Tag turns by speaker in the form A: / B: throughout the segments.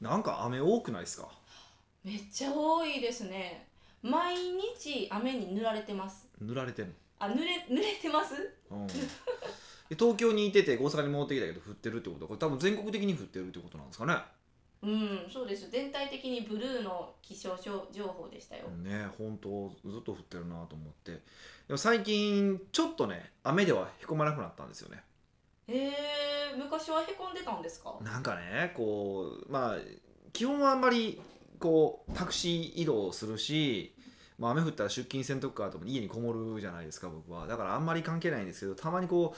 A: なんか雨多くないですか
B: めっちゃ多いですね毎日雨に濡られてます
A: 塗られてん
B: あ濡れ濡れてます
A: の、うん、で東京にいてて大阪に戻ってきたけど降ってるってことはこれ多分全国的に降ってるってことなんですかね
B: うんそうです全体的にブルーの気象情報でしたよ、
A: ね本当ずっと降ってるなと思ってでも最近ちょっとね雨ではへこまなくなったんですよね
B: へえ昔はへこんでたんですか
A: なんかねこうまあ基本はあんまりこうタクシー移動するし、まあ、雨降ったら出勤せんとくかと思って家にこもるじゃないですか僕はだからあんまり関係ないんですけどたまにこ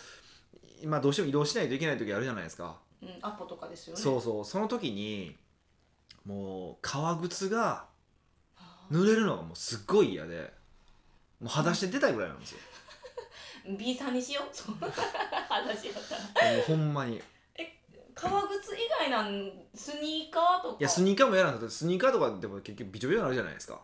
A: う、まあ、どうしても移動しないといけない時あるじゃないですか、
B: うんアポとかですよね
A: そうそうその時にもう革靴が
B: はあ
A: 濡れるのがもうすっごい嫌でもう裸足で出たいぐらいなんですよ
B: B さんにし ようそんな話やったら
A: もうほんまにい
B: 革靴以外なんスニーカーとか
A: やスニーカーも嫌なんだけどスニーカーとかでも結局びちょびちょになるじゃないですか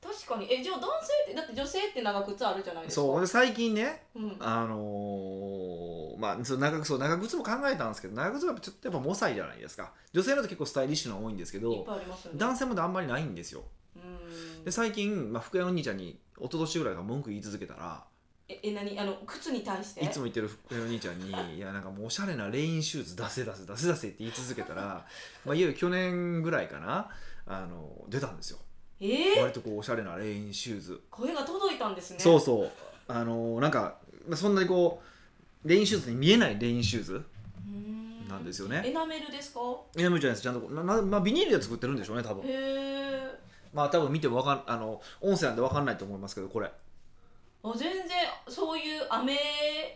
B: 確かにえじゃあ男性ってだって女性って長靴あるじゃないですか
A: そうで最近ね
B: う、ん、
A: あのーまあ、そう長くそう長靴も考えたんですけど長靴はやっぱちょっとやっぱモサイじゃないですか女性だと結構スタイリッシュなの多いんですけ
B: いっ
A: ど
B: ぱいありますよね
A: 男性もあんまりないんですよ
B: うん
A: で最近、まあ、福屋の兄ちゃんに一昨年ぐらいから文句言い続けたら
B: ええ何あの靴に対して
A: いつも言ってる福屋の兄ちゃんに「いやなんかもうおしゃれなレインシューズ出せ出せ出せ出せ」って言い続けたら、まあ、いよいよ去年ぐらいかなあの出たんですよ
B: えー、
A: 割とこうおしゃれなレインシューズ
B: 声が届いたんですね
A: そうそうあのーなんかまあそんなにこうレインシューズに見えないレインシューズ
B: うーん
A: なんですよね
B: エナメルですか
A: いやもうじゃないですちゃんとなな、まあ、ビニールで作ってるんでしょうね多
B: へ
A: 分
B: え
A: まあ多分見てもわかんあの音声なんでわかんないと思いますけどこれ
B: あ全然そういう雨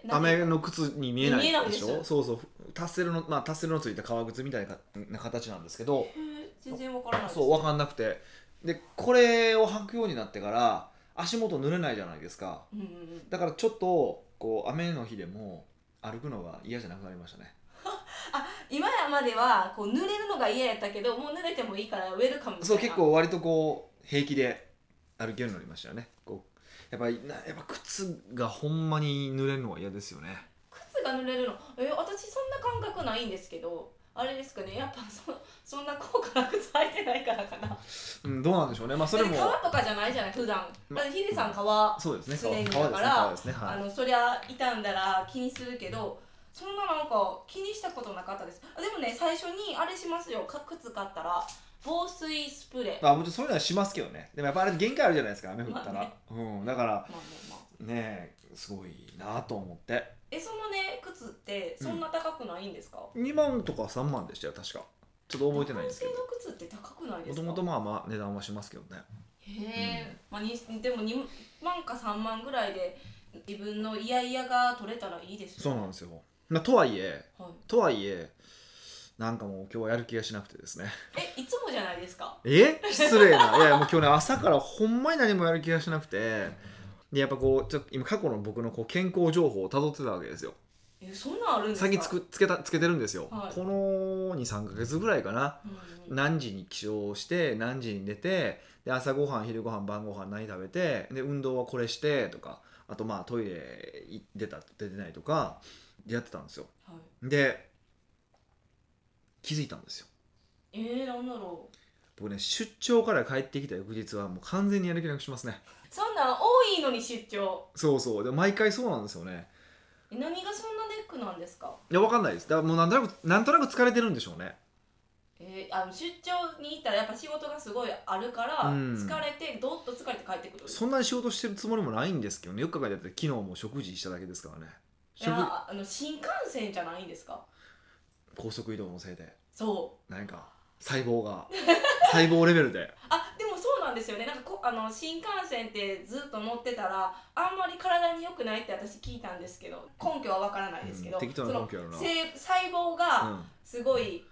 B: なんか
A: 雨の靴に見えな
B: 見えない
A: い
B: で
A: ですしょそうそうタッセルのまあタッセルのついた革靴みたいなかな形なんですけど
B: へー全然わからないです
A: そうわかんなくてでこれを履くようになってから足元濡れないじゃないですか
B: うんうんうん
A: だからちょっとこう雨の日でも歩くのが嫌じゃなくなりましたね
B: 今やまではこう濡れるのが嫌やったけどもう濡れてもいいからウェルカムみたいな
A: そう結構割とこう平気で歩けるようになりましたよねこうやっぱりなやっぱ靴がほんまに濡れるのは嫌ですよね
B: 靴が濡れるのえ私そんな感覚ないんですけどあれですかねやっぱそそんな高価な靴履いてないからかな
A: うんどうなんでしょうねまあそれも
B: で革とかじゃないじゃない普段
A: ま
B: だってヒデさん革、
A: そうです
B: 常に
A: ね
B: だ
A: 川
B: か
A: ですね
B: ら
A: 川ですね
B: あ
A: は
B: のそりゃ傷んだら気にするけどそんななんか気にしたことなかったですあでもね最初にあれしますよか靴買ったら防水スプレー
A: いまあもちろんそういうのはしますけどねでもやっぱあれ限界あるじゃないですか雨降ったら、
B: まあね
A: うんだから
B: まあまあまあ
A: ねえすごいなと思って
B: えそのね靴ってそんな高くないんですか、
A: 2万とか3万でしたよ確かちょっと覚えてないんですけど
B: 男性の靴って高くないで
A: も
B: す
A: と
B: か
A: もとまあまあ値段はしますけどね
B: へえ、まあ、にでも2万か3万ぐらいで自分のイヤイヤが取れたらいいです
A: そうなん
B: で
A: ですよ、まあ、とはいえ
B: す、はい、
A: とはいえなんかもう今日はやる気がしなくてですね
B: えいつもじゃないですか
A: え失礼ないやいやもう今日ね朝からほんまに何もやる気がしなくてでやっぱこうちょっと今過去の僕のこう健康情報をたどってたわけですよ
B: えそんなんあるんですか
A: 先つくつけたつけてるんですよ、
B: はい
A: この23ヶ月ぐらいかな
B: うんうん
A: 何時に起床して何時に寝てで朝ごはん昼ごはん晩ごはん何食べてで運動はこれしてとかあとまあトイレい出た出てないとかでやってたんですよ
B: はい、
A: で気づいたんですよ
B: えー、なんだろう
A: 僕ね出張から帰ってきた翌日はもう完全にやる気なくしますね
B: そんなん多いのに出張
A: そうそうで毎回そうなんですよね
B: え何がそんなネックなんですか
A: いやわかんないですだからもうなんとなくなんとなく疲れてるんでしょうね
B: えー、あの出張に行ったらやっぱ仕事がすごいあるから
A: うん
B: 疲れてどっと疲れて帰ってくる、
A: そんなに仕事してるつもりもないんですけどねよく考えて昨日も食事しただけですからね
B: い
A: 食
B: やああの新幹線じゃないんですか
A: 高速移動のせいで
B: そう
A: 何か細胞が 細胞レベルで
B: あでもそうなんですよねなんかこあの新幹線ってずっと乗ってたらあんまり体に良くないって私聞いたんですけど根拠はわからないですけど、
A: うん適当な根拠やろな
B: そのせ細胞が
A: う
B: すごい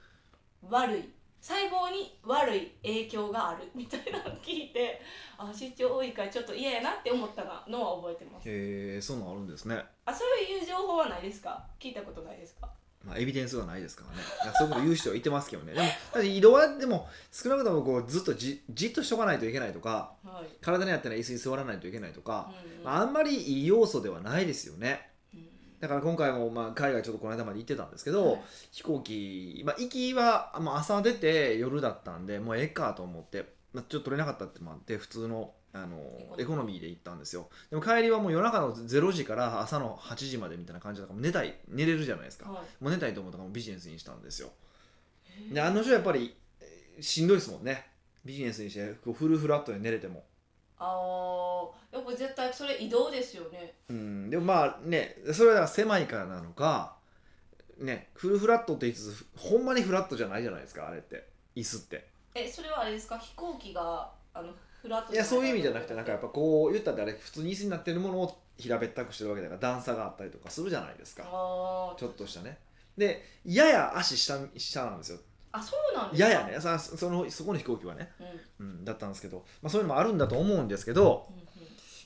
B: 悪い、細胞に悪い影響があるみたいなのを聞いてあ出張多いからちょっと嫌やなって思ったのは覚えてます
A: へえそんなんあるんですね
B: あそういう情報はないですか聞いたことないですか
A: まあエビデンスがないですからねなんかそういうこと言う人は言ってますけどねでもだって移動はでも少なくともこうずっとじじっとしとかないといけないとか
B: はい、
A: 体に合ってない椅子に座らないといけないとか、
B: うんうん
A: まああんまりいい要素ではないですよね
B: うん
A: だだから今回もまあ海外ちょっとこの間まで行ってたんですけど、
B: はい
A: 飛行機、まあ、行きはもう朝出て夜だったんでもうええかと思って、まあ、ちょっと取れなかったってもあって普通のあのエ
B: エ
A: コ
B: コ
A: ノ
B: ノ
A: ミーで行ったんですよでも帰りはもう夜中の0時から朝の8時までみたいな感じだからもう寝たい寝れるじゃないですか、
B: はい
A: もう寝たいと思ったからもうビジネスにしたんですよ
B: へー
A: であの人はやっぱりえーしんどいですもんねビジネスにしてこうフルフラットで寝れても
B: あーやっぱ絶対それ移動ですよね
A: うんでもまあねそれはだから狭いからなのかねフルフラットって言いつつほんまにフラットじゃないじゃないですかあれって椅子って
B: えそれはあれですか飛行機があのフラット
A: いやそういう意味じゃなくてなんかやっぱこう言ったらあれ普通に椅子になってるものを平べったくしてるわけだから段差があったりとかするじゃないですか
B: あ
A: ちょっとしたねでやや足下下なんですよ
B: ああそうなんです
A: や
B: か
A: やねさそのそこの飛行機はね、
B: うんうんうん
A: うん、だったんですけど、まあ、そういうのもあるんだと思うんですけど、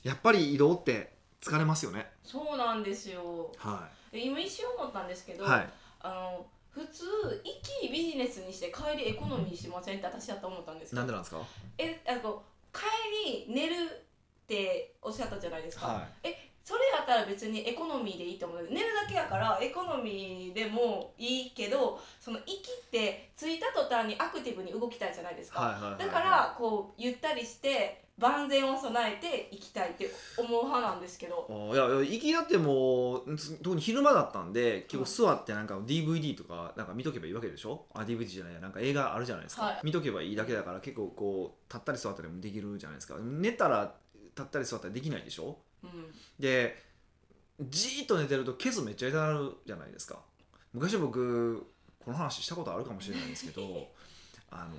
A: やっぱり移動って疲れますよね。
B: そうなんですよ
A: は
B: で今一瞬思ったんですけ
A: い
B: ど、
A: はい。
B: あの普通行きビジネスにして帰りエコノミーしませんって私だと思ったんですけ
A: な
B: ど
A: んでなんですか。
B: えあの帰り寝るっておっしゃったじゃないですか、
A: は
B: それやったら別にエコノミーでいいと思う寝るだけやからエコノミーでもいいけどその行きって着いた途端にアクティブに動きたいじゃないです
A: い。
B: か、
A: はいはいはい。
B: だからこうゆったりして万全を備えて行きたいって思う派なんですけど
A: あー。いやいや行きだってもうつ特に昼間だったんで結構座ってなんか DVD とかなんか見とけばいいわけでしょあ DVD じゃないやなんか映画あるじゃないですか、
B: はい
A: 見とけばいいだけだから結構こう立ったり座ったりもできるじゃないですか寝たら立ったり座ったりできないでしょ
B: うん
A: でじーっと寝てるとケツめっちゃ痛なるじゃないですか昔僕この話したことあるかもしれないんですけどあの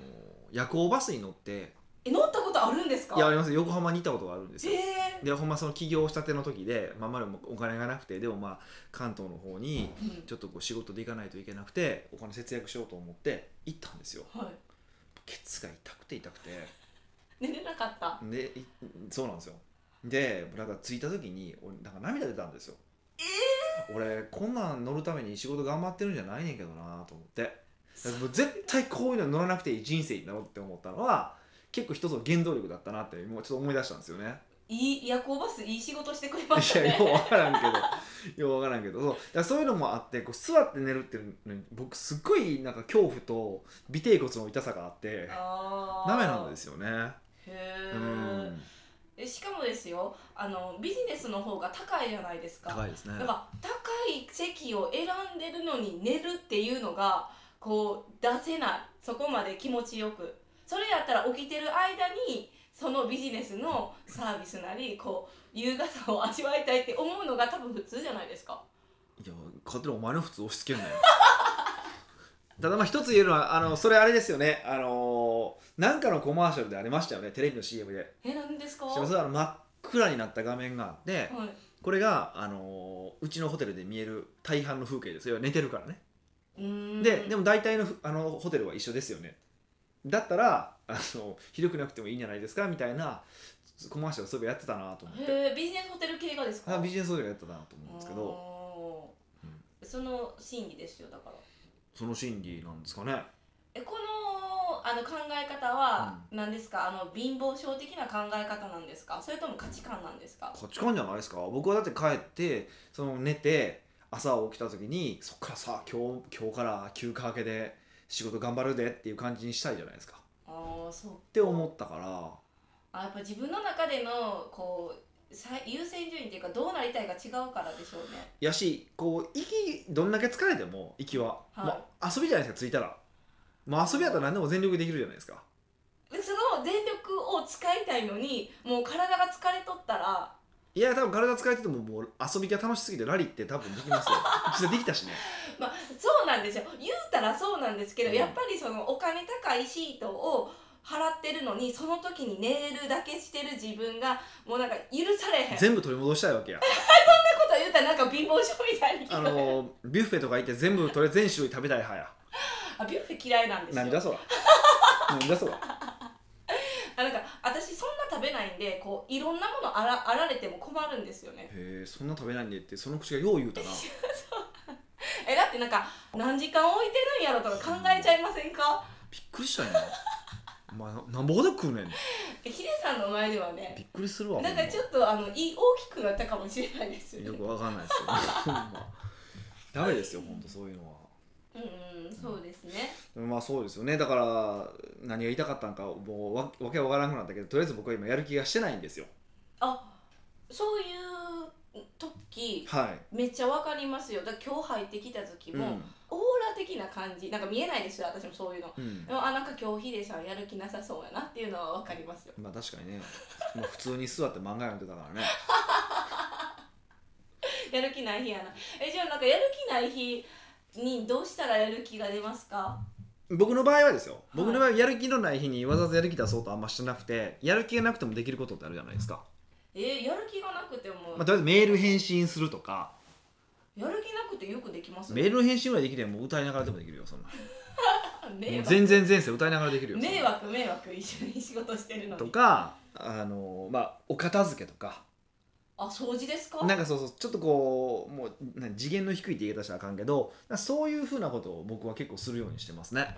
A: 夜行バスに乗って
B: え乗ったことあるんですか
A: いやあります横浜に行ったことがあるんですよ
B: え
A: でほんまその起業したての時で、まあ、まだお金がなくてでもまあ関東の方に
B: ーうん
A: ちょっとこう仕事で行かないといけなくてお金節約しようと思って行ったんですよ
B: はい、
A: ケツが痛くて痛くて
B: 寝れなかった
A: でいそうなんですよでなんか着いた時に俺なんか涙出たんですよ俺こんなん乗るために仕事頑張ってるんじゃないねんけどなと思ってだからもう絶対こういうの乗らなくていい人生になろうって思ったのは結構一つの原動力だったなってもうちょっと思い出したんですよね
B: いい夜行バスいい仕事してくれまし
A: い
B: た
A: や
B: ね
A: ようわからんけどようわからんけどそうだからそういうのもあってこう座って寝るっていうのに僕すっごいなんか恐怖と尾てい骨の痛さがあって
B: あー
A: ダメなんですよね
B: へ
A: う
B: え、
A: ん
B: えしかもですよあのビジネスの方が高いじゃないですか
A: 高いですね
B: なんか高い席を選んでるのに寝るっていうのがこう出せないそこまで気持ちよくそれやったら起きてる間にそのビジネスのサービスなりこう優雅さを味わいたいって思うのが多分普通じゃないですか
A: いや勝手にお前の普通押し付けんなよ ただまあ一つ言えるのはあのそれあれですよねあのーなんかのコマーシャルでありましたよねテレビの CM で
B: えなんですか
A: 知ってますあの真っ暗になった画面があって
B: はい、
A: これが、あのーうちのホテルで見える大半の風景ですよ寝てるからね
B: うーん
A: ででも大体のふあのホテルは一緒ですよねだったらあのひどくなくてもいいんじゃないですかみたいなコマーシャルそういえばやってたなと思って
B: へえビジネスホテル系がですか
A: あビジネスホテルやってたなと思うんですけど
B: ど
A: うん
B: その心理ですよだから
A: その心理なんですかね
B: えこのあの考え方は何ですか、あの貧乏症的な考え方なんですかそれとも価値観なんですか
A: 価値観じゃないですか僕はだって帰ってその寝て朝起きた時にそっからさ今日今日から休暇明けで仕事頑張るでっていう感じにしたいじゃないですかっ
B: ああそうって
A: 思ったから
B: あやっぱ自分の中でのこう最優先順位っていうかどうなりたいか違うからでしょうね
A: やしこう息どんだけ疲れても息は、
B: はい
A: もう遊びじゃないですか着いたらもう遊びやったら何でも全力できるじゃないですか
B: でその全力を使いたいのにもう体が疲れとったら
A: いや多分体疲れててももう遊びが楽しすぎてラリーって多分でき ますよ実際できたしね
B: まあそうなんですよ言うたらそうなんですけど、
A: うん
B: やっぱりそのお金高いシートを払ってるのにその時に寝るだけしてる自分がもうなんか許されへん
A: 全部取り戻したいわけや
B: こと言うたらなんか貧乏症みたいに聞
A: あ
B: こえる
A: のビュッフェとか行って全部取れ全種類食べたい派や
B: あビュッフェ嫌いなんですよ
A: なんだそらなんだそら
B: あなんか私そんな食べないんでこういろんなものあらあられても困るんですよね
A: へえそんな食べないんでってその口がよう言うたな
B: えだってなんか何時間置いてるんやろとか考えちゃいませんか
A: びっくりしたんやなお前ななんぼほど食うねん
B: えヒデさんの前ではね
A: びっくりするわ
B: なんかちょ
A: っ
B: っとあのい大きくなったかもしれないですよね
A: よくわかんないですよ、ね、ほんまダメですよほんとそういうのは
B: うんうんそうですね
A: でもまあそうですよねだから何が言いたかったんかもうわわけわからなくなったけどとりあえず僕は今やる気がしてないんですよ
B: あそういう時
A: はい
B: めっちゃわかりますよだから今日入ってきた時も、
A: うん
B: オーラ的な感じなんか見えないですよ私もそういうの
A: うん
B: でもあなんか今日ヒデさんやる気なさそうやなっていうのはわかりますよ
A: まあ確かにね、まあ、普通に座って漫画読んでたからね
B: やる気ない日やなえじゃあなんかやる気ない日にどうしたらやる気が出ますか
A: 僕の場合はですよ僕の場合はやる気のない日にわざわざやる気出そうとあんましてなくてやる気がなくてもできることってあるじゃないですか、
B: えーやる気がなくても、
A: まあ、とりあえずメール返信するとか
B: やる気なくてよくできます
A: メールの返信はできてもう歌いながらでもできるよそんな
B: あ迷
A: もう
B: 惑
A: 全然前世歌いながらできるよそんな
B: 迷惑迷惑一緒に仕事してるの
A: と
B: に
A: かあのまあお片付けとか
B: あ掃除です か
A: なんかそうそうちょっとこうもうな次元の低いって言い方したらあかんけどなんかそういうふうなことを僕は結構するようにしてますね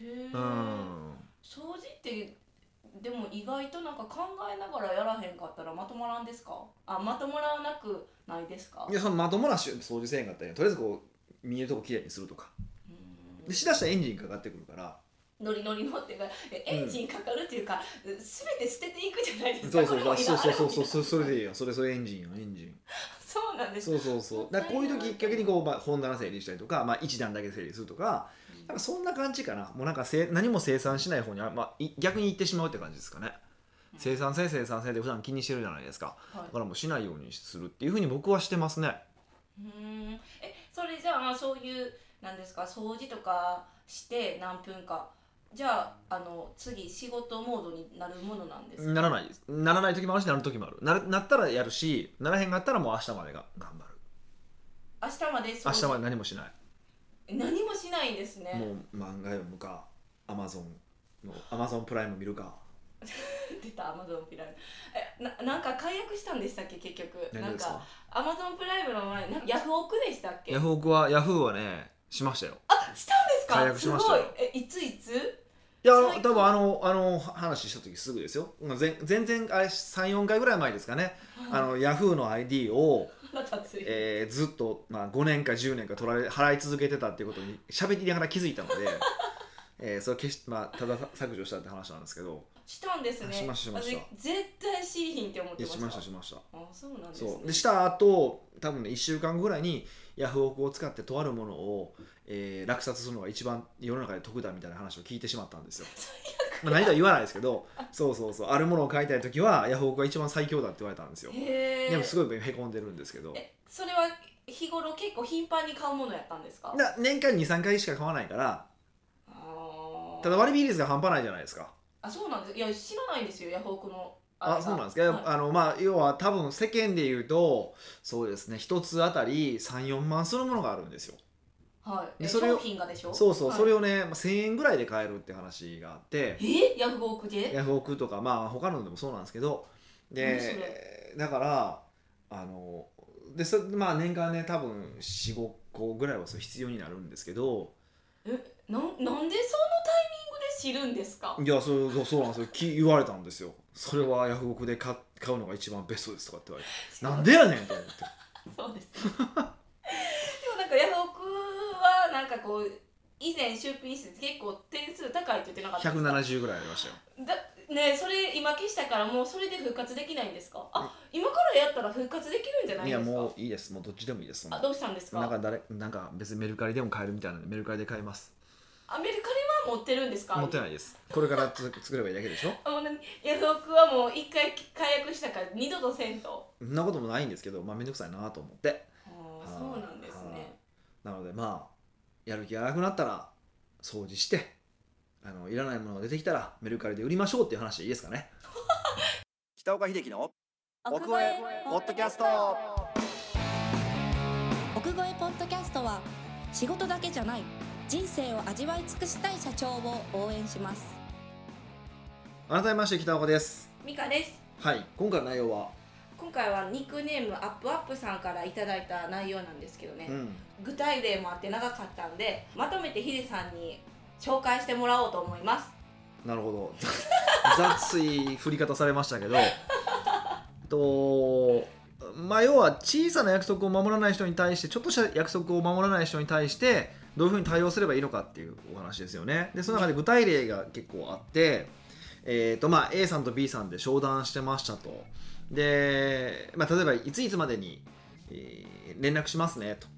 B: へー
A: うん
B: 掃除ってでも意外となんか考えながらやらへんかったらまとまらんですかあまとまらなくないですか
A: いやそのまともなし掃除せえへんかったらとりあえずこう見えるとこきれいにするとか
B: うん
A: でしだしたらエンジンかかってくるから
B: ノリノリのっていうかえエンジンかかるっていうか、すべて捨てていくじゃないです
A: そ
B: か
A: うそうそうそうそうそうそうそれ
B: で
A: でいいよそれそれエンジンよエンジン
B: そうなんです
A: そうそうそうだからこういう時きっかけにこう、まあ、本棚整理したりとか、まあ、一段だけ整理するとかなんかそんな感じかなもうなんかせ何も生産しない方にあ、まあ、い逆に行ってしまうって感じですかね生産性生産性で普段気にしてるじゃないですか
B: は
A: だ
B: い
A: からもうしないようにするっていうふうに僕はしてますね
B: うーんえそれじゃあそういうなんですか掃除とかして何分かじゃああの次仕事モードになるものなんですか、
A: ならないですならない時もあるしなる時もあるなるなったらやるしならへんかったらもう明日までが頑張る
B: 明日まで掃
A: 明日
B: 除
A: まで何もしない
B: 何もしないんですね
A: もう漫画読むかアマゾンのアマゾンプライム見るか
B: 出たアマゾンプライムえななんか解約したんでしたっけ結局
A: 何
B: な
A: が
B: ん
A: ですか
B: かアマゾンプライムの前なんかヤフオクでしたっけ
A: ヤフオクはヤフーはねしましたよ
B: あしたんですか
A: 解約しましたよ
B: すごいえいついつ
A: いや
B: 最高
A: 多分あのあの話した時すぐですよ全全然あれ34回ぐらい前ですかねあ のヤフーの ID を、
B: 腹立つ
A: えーずっと、まあ、5年か10年か取られ払い続けてたっていうことに喋りながら気づいた ので、えーそれ消し、まあ、ただ削除したって話なんですけど
B: したんですね
A: あしましたしました
B: あ絶対しいひんって思っ
A: い
B: て
A: や
B: ま
A: し
B: し
A: たましたしました
B: あそうなんですね
A: そうでした後多分ね1週間ぐらいにヤフオクを使ってとあるものを、えー落札するのが一番世の中で得だみたいな話を聞いてしまったんですよ。 まあ、何とは言わ ないですけどそうそうそうあるものを買いたい時はヤフオクが一番最強だって言われたんですよ。
B: へえ
A: でもすごいへこんでるんですけど
B: えそれは日頃結構頻繁に買うものやったんですか
A: な年間23回しか買わないから
B: あー
A: ただ割引率が半端ないじゃないですか。
B: あそうなんですいや知らないんですよヤフオクの
A: あそうなんですか、
B: はい
A: あのまあ要は多分世間で言うとそうですね一つあたり34万するものがあるんですよ。
B: はい、
A: で
B: え
A: それを
B: 商品がでしょ
A: そうそう、
B: はい
A: それをね、まあ、1000円ぐらいで買えるって話があって
B: えヤフオクで
A: ヤフオクとかまあ他のでもそうなんですけど
B: 何そ
A: でだからあのでそまあ年間ね多分45個ぐらいはそう必要になるんですけど
B: なんなんでそのタイミングで知るんですか
A: いやそうそうそうなんですよ き言われたんですよそれはヤフオクで買買うのが一番ベストですとかって言われてなんでやねんと思って
B: そうです でもなんかヤフオクはなんかこう以前出品して結構点数高いって言ってなかったですか
A: 170ぐらいありましたよ
B: だねえそれ今消したからもうそれで復活できないんですかあ今からやったら復活できるんじゃない
A: い
B: で
A: や
B: すか
A: もういいですもうどっちでもいいですそん
B: あ
A: な
B: どうしたんですか
A: なんか誰なんか別にメルカリでも買えるみたいなんでメルカリで買います
B: アメリカリは持ってるんですか
A: 持って
B: い
A: ないですこれからつ作ればいいだけでしょ
B: あもう何ヤフオクはもう一回解約したから二度とせんと
A: そんなこともないんですけどまあ面倒くさいなと思って
B: あ
A: は
B: ー
A: い
B: そうなんですね
A: なのでまあやる気がなくなったら掃除してあのいらないものが出てきたらメルカリで売りましょうっていう話でいいですか ね北岡秀樹の奥越えポッドキャスト
C: 奥越えポッドキャストは仕事だけじゃない人生を味わい尽くしたい社長を応援します
A: 改めまして北岡です
B: ミカです
A: はい今回の内容は、
B: 今回はニックネームアップアップさんからいただいた内容なんですけどね、
A: うん、
B: 具体例もあって長かったんでまとめてヒデさんに紹介してもらおうと思います
A: なるほど雑い振り方されましたけどとまあ要は小さな約束を守らない人に対してちょっとした約束を守らない人に対してどういうふうに対応すればいいのかっていうお話ですよね。でその中で具体例が結構あって、えーとまあ、A さんと B さんで商談してましたと。で、まあ、例えばいついつまでに、えー連絡しますねと。っ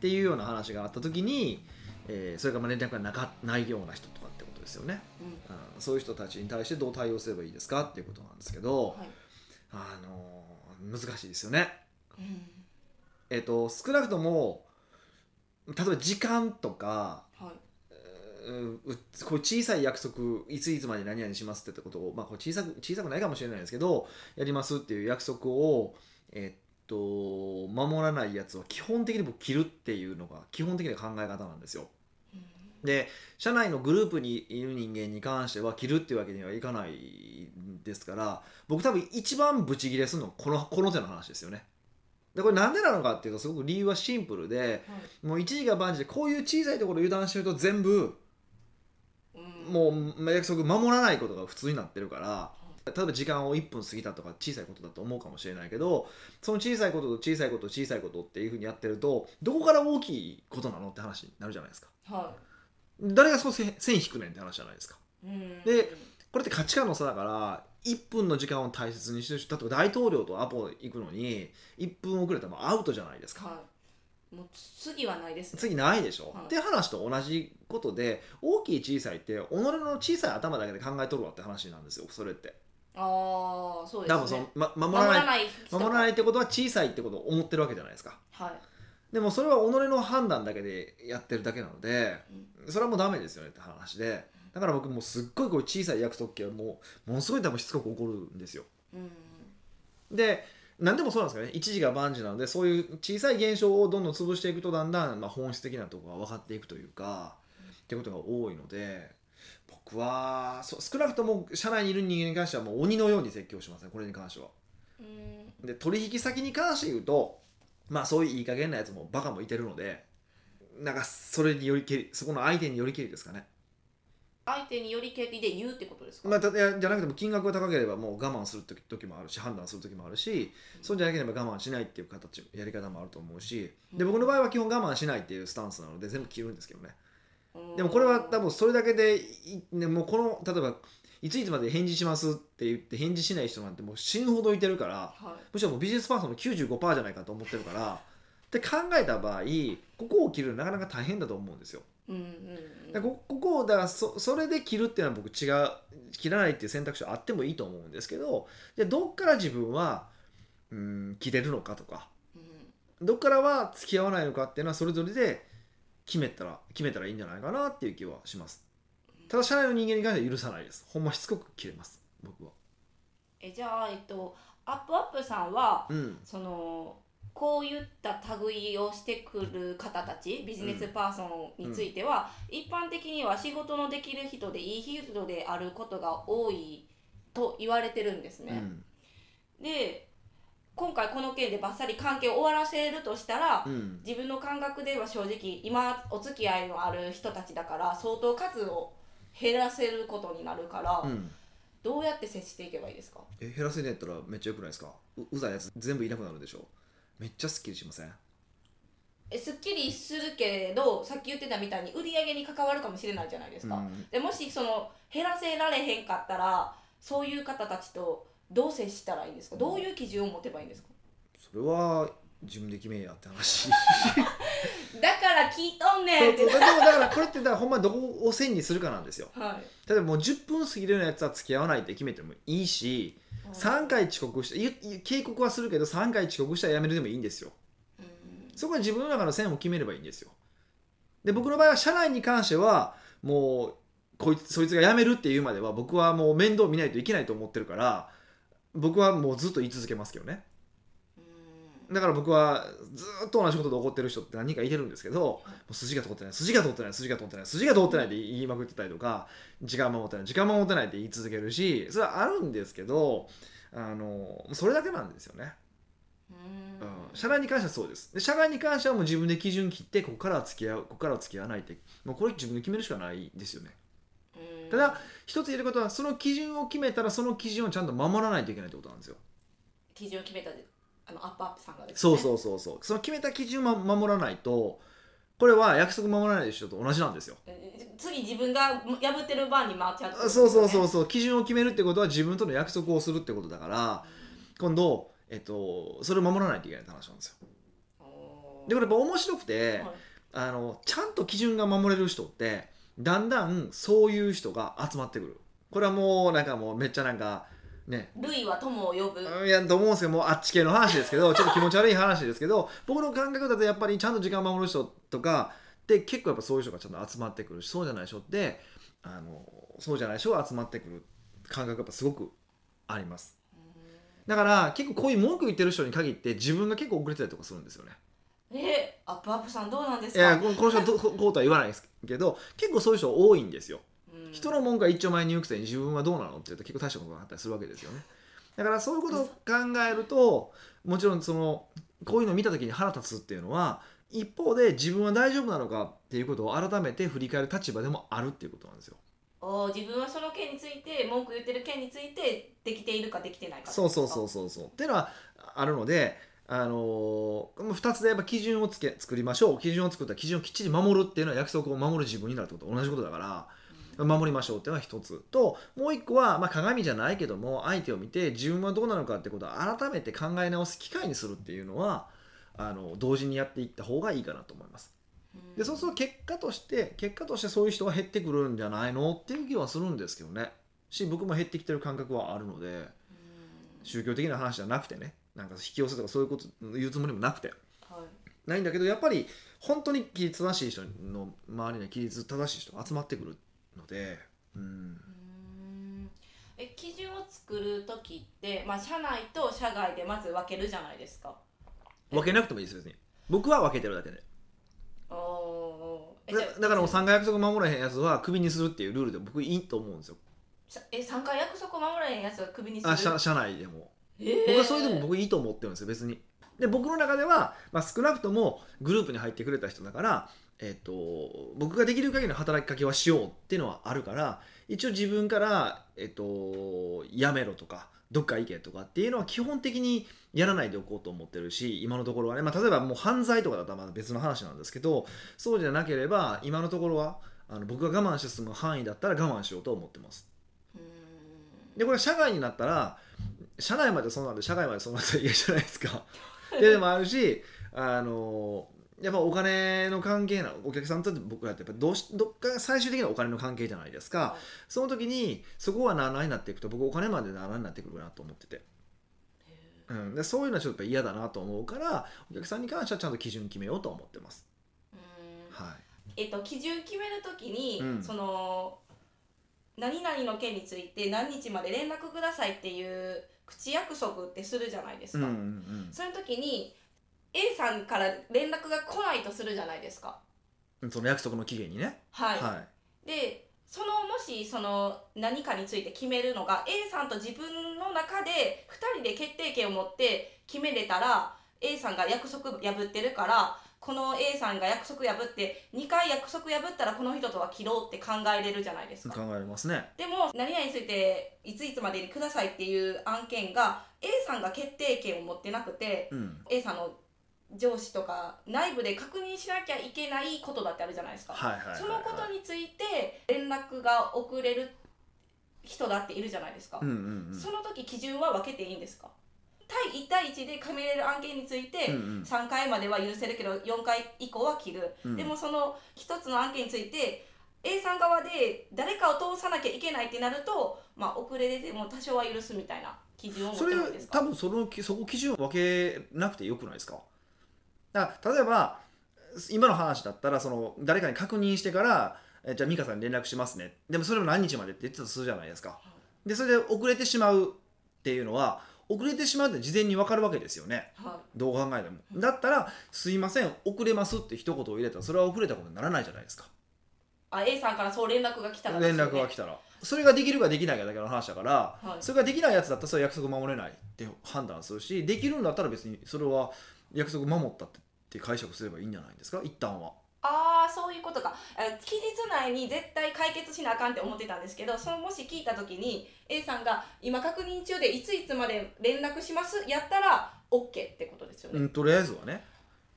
A: ていうような話があった時に、えーそれがまあ連絡がなかないような人とかってことですよね。
B: うん
A: うんそういう人たちに対してどう対応すればいいですかっていうことなんですけど、
B: はい
A: あのー難しいですよね。
B: うん
A: えっ、と少なくとも例えば時間とか、
B: はい
A: うんうこう小さい約束いついつまで何々しますってことを、まあ、こう小さく小さくないかもしれないですけどやりますっていう約束を、えっと守らないやつは基本的に僕切るっていうのが基本的な考え方なんですよ。
B: うん
A: で社内のグループにいる人間に関しては切るっていうわけにはいかないですから僕多分一番ブチギレするのはこのこの手の話ですよね。でこれなんでなのかっていうとすごく理由はシンプルで
B: はい
A: もう一時が万事でこういう小さいところを油断してると全部
B: うん
A: もう約束守らないことが普通になってるから例えば時間を1分過ぎたとか小さいことだと思うかもしれないけどその小さいことと小さいことと小さいことっていうふうにやってるとどこから大きいことなのって話になるじゃないですか
B: は
A: 誰がその線線引くねんって話じゃないですか
B: いうん
A: でこれって価値観の差だから1分の時間を大切にしてるし例えば大統領とアポ行くのに1分遅れたらもうアウトじゃないですか
B: はいもう次はないですね
A: 次ないでしょ、
B: はい
A: っていう話と同じことで大きい小さいって己の小さい頭だけで考えとるわって話なんですよそれって
B: ああそうですね
A: だからその、ま、守
B: 守
A: ら
B: ら
A: ない
B: ない人
A: 守らないってことは小さいってことを思ってるわけじゃないですか
B: はい
A: でもそれは己の判断だけでやってるだけなので
B: うん
A: それはもうダメですよねって話でだから僕もうすっごいこう小さい約束系はもうものすごい多分しつこく怒るんですよ
B: うん
A: で何でもそうなんですかね一時が万事なのでそういう小さい現象をどんどん潰していくとだんだん、まあ、本質的なところが分かっていくというかってことが多いので僕はそ少なくとも社内にいる人間に関してはもう鬼のように説教しますねこれに関しては。
B: うん
A: で取引先に関して言うとまあそういういい加減なやつもバカもいてるのでなんかそれによりけりそこの相手によりけりですかね、
B: 相手によりけりで言うってことですか、
A: まあ、たいやじゃなくても金額が高ければもう我慢する時時もあるし判断する時もあるしそうじゃなければ我慢しないっていう形やり方もあると思うしで僕の場合は基本我慢しないっていうスタンスなので全部切るんですけどね
B: うん
A: でもこれは多分それだけでいねもうこの例えばいついつまで返事しますって言って返事しない人なんてもう死ぬほどいてるから
B: はい
A: むしろもうビジネスパーソンの95%じゃないかと思ってるからって考えた場合ここを切るのなかなか大変だと思うんですよ。
B: うんうんう
A: だ
B: ん
A: からこここをだからそそれで切るっていうのは僕違う切らないっていう選択肢はあってもいいと思うんですけどじゃあどっから自分はうん切れるのかとか
B: うん
A: どっからは付き合わないのかっていうのはそれぞれで決めたら決めたらいいんじゃないかなっていう気はします。ただ社内の人間に関しては許さないです。ほんましつこく切れます僕は。
B: えじゃあえっとアップアップさんは
A: うん
B: そのこういった類をしてくる方たちビジネスパーソンについては、一般的には仕事のできる人でいい人であることが多いと言われてるんです
A: う
B: ね。
A: ん
B: で今回この件でバッサリ関係を終わらせるとしたら、
A: うん
B: 自分の感覚では正直今お付き合いのある人たちだから相当数を減らせることになるから、
A: うん
B: どうやって接していけばいいですか
A: え減らせねえったらめっちゃよくないですかううざいやつ全部いなくなるでしょめっちゃスッキリしません
B: えすっきりするけれどさっき言ってたみたいに売り上げに関わるかもしれないじゃないですか、
A: うん
B: でもしその減らせられへんかったらそういう方たちとどう接したらいいんですか、どういう基準を持てばいいんですか
A: それは自分で決めえやって話
B: だから聞いとんね
A: そ
B: んっ
A: うそうで
B: て
A: もだからこれってだからほんまどこを線にするかなんですよ
B: はい
A: 例えばもう10分過ぎるようなやつは付き合わないって決めてもいいし3回遅刻していい警告はするけど3回遅刻したらやめるでもいいんですよ
B: うん
A: そこで自分の中の線を決めればいいんですよで僕の場合は社内に関してはもうこいつそいつが辞めるっていうまでは僕はもう面倒見ないといけないと思ってるから僕はもうずっと言い続けますけどね
B: うん
A: だから僕はずーっと同じことで怒ってる人って何人かいてるんですけどもう筋が通ってない筋が通ってない筋が通ってない筋が通ってないって言いまくってたりとか時間守ってない時間守ってないって言い続けるしそれはあるんですけどあのそれだけなんですよね
B: うん
A: うん社内に関してはそうですで社外に関してはもう自分で基準切ってここからは付き合うここからは付き合わないってもうこれ自分で決めるしかないですよね
B: うんうん
A: ただ一つ言えることはその基準を決めたらその基準をちゃんと守らないといけないってことなんですよ
B: 基準を決めたであのアップアップさんがです
A: そ
B: ね
A: うそうそうそうその決めた基準を守らないとこれは約束守らない人と同じなんですよ
B: うん次自分が破ってる番に回っちゃうってことです
A: そ
B: よ
A: う
B: ね
A: そうそうそう基準を決めるってことは自分との約束をするってことだから今度、えっと、それを守らないといけないって話なんですよ
B: おー
A: でこれやっぱ面白くて、
B: はい
A: あのちゃんと基準が守れる人ってだんだんそういう人が集まってくるこれはもうなんかもうめっちゃなんかね
B: ルイは友を呼ぶ、
A: うんいやと思うんですけどもうあっち系の話ですけどちょっと気持ち悪い話ですけど 僕の感覚だとやっぱりちゃんと時間守る人とかで結構やっぱそういう人がちゃんと集まってくるしそうじゃない人ってあのそうじゃない人が集まってくる感覚やっぱすごくありますだから結構こういう文句言ってる人に限って自分が結構遅れてたりとかするんですよね
B: えアップアップさんどうなんです
A: い
B: か
A: やこのこの人はどうこうとは言わないですけど結構そういう人多いんですよ
B: うん
A: 人の文句は一丁前に言うくせに自分はどうなのって言うと結構大したことがあったりするわけですよねだからそういうことを考えるともちろんそのこういうのを見た時に腹立つっていうのは一方で自分は大丈夫なのかっていうことを改めて振り返る立場でもあるっていうことなんですよ
B: おー自分はその件について文句言ってる件についてできているかできてないか
A: そうそうそううそうそうっていうのはあるのであのーもう2つでやっぱ基準をつけ作りましょう基準を作ったら基準をきっちり守るっていうのは約束を守る自分になるってことと同じことだから守りましょうっていうのは一つともう一個は、まあ、鏡じゃないけども相手を見て自分はどうなのかってことを改めて考え直す機会にするっていうのはあの同時にやっていった方がいいかなと思いますでそうすると結果として結果としてそういう人が減ってくるんじゃないのっていう気はするんですけどねし僕も減ってきてる感覚はあるので宗教的な話じゃなくてねなんか引き寄せとかそういうこと言うつもりもなくて
B: うんはい
A: ないんだけどやっぱり本当に規律正しい人の周りには規律正しい人が集まってくるのでうん
B: うーんえ基準を作る時って、まあ、社内と社外でまず分けるじゃないですか。
A: 分けなくてもいいです別に僕は分けてるだけで
B: おーおーえ
A: だ
B: じゃあ
A: だからもう3回約束守らへんやつはクビにするっていうルールで僕いいと思うんですよ
B: さえ三回約束を守らへんやつはクビにする
A: あ社社内でも
B: えー
A: 僕はそれでも僕いいと思ってるんですよ別にで僕の中では、まあ、少なくともグループに入ってくれた人だから、えっと僕ができる限りの働きかけはしようっていうのはあるから一応自分から、えっとやめろとかどっか行けとかっていうのは基本的にやらないでおこうと思ってるし今のところはね、まあ、例えばもう犯罪とかだったらまだ別の話なんですけどそうじゃなければ今のところはあの僕が我慢して進む範囲だったら我慢しようと思ってます。
B: うーん
A: でこれ社外になったら社内までそうなんで社外までそうなんで嫌じゃないです か。ででもあるしあのやっぱお金の関係なお客さんと僕らってやっぱどうしどっか最終的にはお金の関係じゃないですか、
B: はい
A: その時にそこはなあなあになっていくと僕お金までなあなあになってくるなと思ってて、うん、でそういうのはちょっとやっぱ嫌だなと思うからお客さんに関してはちゃんと基準決めようと思ってます。
B: うーん
A: は
B: えっと基準決めるときに、
A: うん
B: その何々の件について何日まで連絡くださいっていう口約束ってするじゃないで
A: い、
B: すか、
A: うんうん
B: その時に A さんから連絡が来ないとするじゃないですか
A: うんその約束の期限にね。
B: はい、
A: はい
B: でそのもしその何かについて決めるのが A さんと自分の中で2人で決定権を持って決めれたら A さんが約束破ってるからこの A さんが約束破って2回約束破ったらこの人とは切ろうって考えれるじゃないですか
A: 考えられますね。
B: でも何々についていついつまでにくださいっていう案件が A さんが決定権を持ってなくて
A: うん、
B: A さんの上司とか内部で確認しなきゃいけないことだってあるじゃないですか、
A: はいはいはいはい、
B: そのことについて連絡が遅れる人だっているじゃないですか、
A: うんうんうん、
B: その時基準は分けていいんですか対1対1で決めれる案件について、
A: うんうん
B: 3回までは許せるけど4回以降は切る、
A: うん
B: でもその1つの案件について A さん側で誰かを通さなきゃいけないってなると、まあ、遅れ出ても多少は許すみたいな基準を持っ
A: そ
B: て
A: れ
B: るんです
A: 多
B: か
A: 分そのそこ基準を分けなくてよくないですかだから例えば今の話だったらその誰かに確認してからえじゃあ美香さんに連絡しますねでもそれも何日までって言ってたとするじゃないですかでそれで遅れてしまうっていうのは遅れてしまうって事前に分かるわけですよね
B: は
A: どう考えてもだったら「すいません遅れます」って一言を入れたらそれは遅れたことにならないじゃないですか
B: い、あ A さんからそう連絡が来たらです
A: 連
B: よね
A: 絡が来たらそれができるかできないかだけの話だから
B: はい
A: それができないやつだったらそれは約束守れないって判断するしできるんだったら別にそれは約束守ったって解釈すればいいんじゃないですか一旦は
B: あああそういうことかあ期日内に絶対解決しなあかんって思ってたんですけどそのもし聞いた時に A さんが「今確認中でいついつまで連絡します」やったら OK ってことですよね。
A: うん、とりあえずはね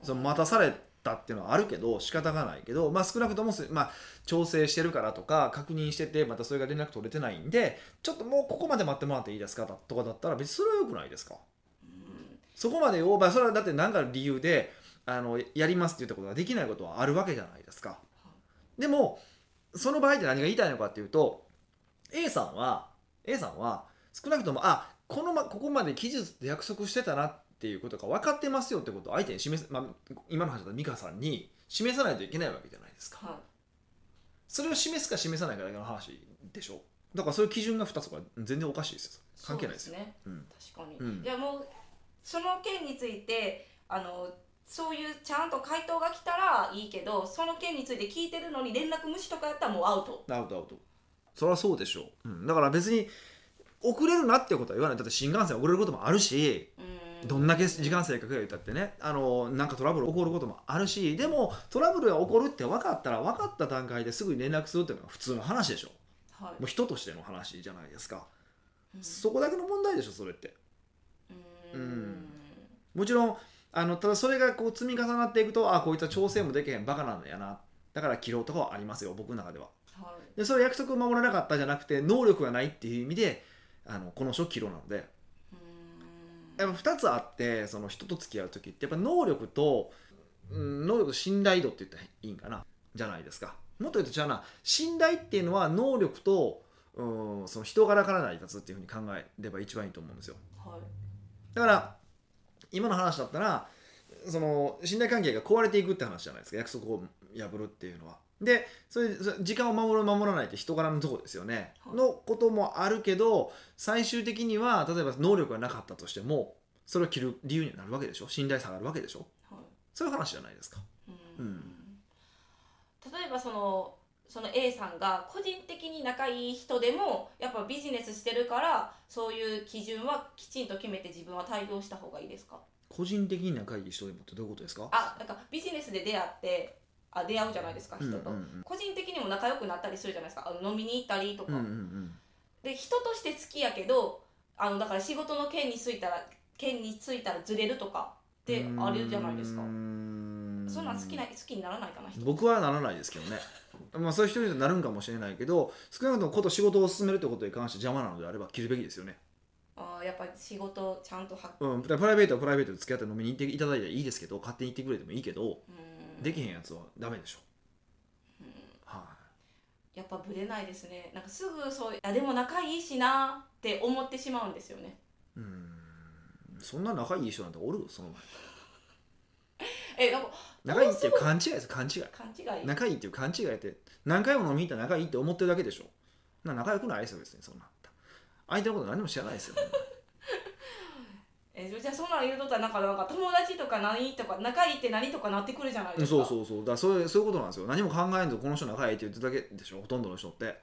A: その待たされたっていうのはあるけど仕方がないけど、まあ、少なくともす、まあ、調整してるからとか確認しててまたそれが連絡取れてないんでちょっともうここまで待ってもらっていいですかとかだったら別にそれはよくないですか
B: うん
A: そこまでを、まあ、それはだって何かの理由であのやりますって言ったことができないことはあるわけじゃないですかでもその場合って何が言いたいのかっていうと A さんは A さんは少なくともあこの、ま、ここまで期日で約束してたなっていうことが分かってますよってことを相手に示す、まあ、今の話だと美香さんに示さないといけないわけじゃないですか
B: はい
A: それを示すか示さないかだけの話でしょだからそういう基準が2つとか全然おかしいですよ関係ないですよ
B: そうね、
A: うん
B: 確かに、
A: うん
B: いやもうその件についてあのそういうちゃんと回答が来たらいいけどその件について聞いてるのに連絡無視とかやったらもうアウト
A: アウトアウトそりゃそうでしょう、うん、だから別に遅れるなってことは言わないだって新幹線遅れることもあるし
B: うん
A: どんだけ時間正確が言ったってねあのなんかトラブル起こることもあるしでもトラブルが起こるって分かったら分かった段階ですぐに連絡するっていうのが普通の話でしょ
B: はい
A: もう人としての話じゃないですか、
B: うん
A: そこだけの問題でしょそれって
B: う
A: うんんもちろんあのただそれがこう積み重なっていくとあこういった調整もできへんバカなんだよなだから切ろうとかはありますよ僕の中では
B: は
A: でそれ約束を守らなかったじゃなくて能力がないっていう意味であのこの書切ろうなので
B: いうん
A: やっぱ2つあってその人と付き合う時ってやっぱ能力と、うん、能力と信頼度って言ったらいいんかなじゃないですかもっと言うとじゃあな信頼っていうのは能力と、うん、その人柄から成り立つっていうふうに考えれば一番いいと思うんですよ
B: はい
A: だから今の話だったらその信頼関係が壊れていくって話じゃないですか約束を破るっていうのは。でそれそれ時間を守る守らないって人柄のとこですよね、
B: はい
A: のこともあるけど最終的には例えば能力がなかったとしてもそれを切る理由にはなるわけでしょ信頼差があるわけでしょ
B: はい
A: そういう話じゃないですか。
B: う
A: うん
B: ん例えばそのその A さんが個人的に仲いい人でもやっぱビジネスしてるからそういう基準はきちんと決めて自分は対応した方がいいですか
A: 個人的に仲いい人でもってどういうことですか
B: あなんかビジネスで出会ってあ出会うじゃないですか
A: う
B: 人
A: んう
B: と、
A: んうん
B: 個人的にも仲良くなったりするじゃないですかあの飲みに行ったりとか、
A: うんうんうん
B: で人として好きやけどあのだから仕事の件についたら件についたらずれるとかってあるじゃないですか
A: うーん
B: そんなん好きな好きにならないかな人
A: 僕はならないですけどね、まあ、そういう人になるんかもしれないけど少なくともこと仕事を進めるということに関して邪魔なのであれば切るべきですよね、
B: あーやっぱり仕事をちゃんとはっ
A: うん、だからプライベートはプライベートで付き合って飲みに行っていただいていいですけど勝手に行ってくれてもいいけど
B: うん
A: できへんやつはダメでしょ、
B: うん
A: は
B: やっぱぶれないですねなんかすぐそういやでも仲いいしなって思ってしまうんですよね
A: い、うんそんな仲いい人なんておるその前
B: えなんか
A: 仲いいっていう勘違いです勘違い
B: 勘違い
A: 仲いいっていう勘違いって何回も飲みに行ったら仲いいって思ってるだけでしょな仲良くないですよ別にそんな相手のこと何も知らないですよ
B: えじゃあそんなん言うとったらなんかなんか友達とか何とか仲いいって何とかなってくるじゃないです
A: そ
B: か
A: うそうそうだからそういうそういうことなんですよ何も考えんとこの人仲いいって言ってるだけでしょほとんどの人ってだか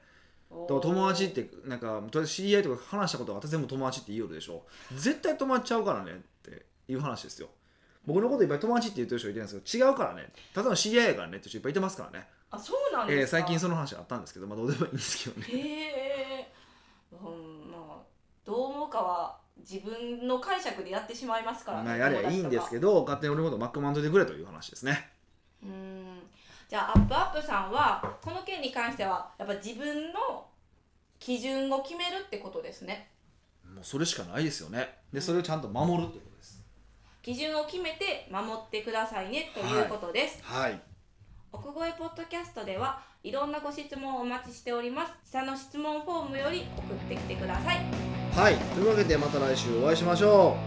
B: おー
A: ら友達ってなんかとりあえず知り合いとか話したことがあったら全部友達って言いよるでしょ絶対友達ちゃうからねっていう話ですよ僕のこといっぱい友達って言ってる人いてるんですけど違うからねただの知り合いやからねって人いっぱいいてますからね、
B: あそうなん
A: えー
B: ですか、
A: 最近その話あったんですけどまあどうでもいいんですけどね
B: へえうんまあどう思うかは自分の解釈でやってしまいます から
A: まあやればいいんですけど勝手に俺のことマックマンといてくれという話ですね
B: うーんじゃあアップアップさんはこの件に関してはやっぱ自分の基準を決めるってことですね
A: もうそれしかないですよねでそれをちゃんと守るってことです
B: 基準を決めて守ってくださいねということです、
A: はい
B: 奥越ポッドキャストではいろんなご質問をお待ちしております下の質問フォームより送ってきてください
A: はいというわけでまた来週お会いしましょう